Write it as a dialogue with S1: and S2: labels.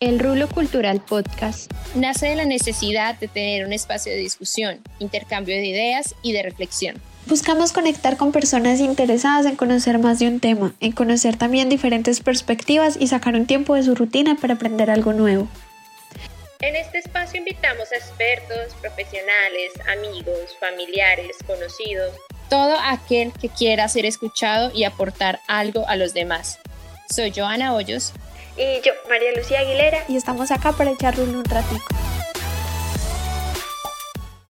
S1: El Rulo Cultural Podcast
S2: nace de la necesidad de tener un espacio de discusión, intercambio de ideas y de reflexión.
S3: Buscamos conectar con personas interesadas en conocer más de un tema, en conocer también diferentes perspectivas y sacar un tiempo de su rutina para aprender algo nuevo.
S2: En este espacio invitamos a expertos, profesionales, amigos, familiares, conocidos, todo aquel que quiera ser escuchado y aportar algo a los demás. Soy Joana Hoyos
S4: y yo, María Lucía Aguilera,
S3: y estamos acá para echarle un ratito.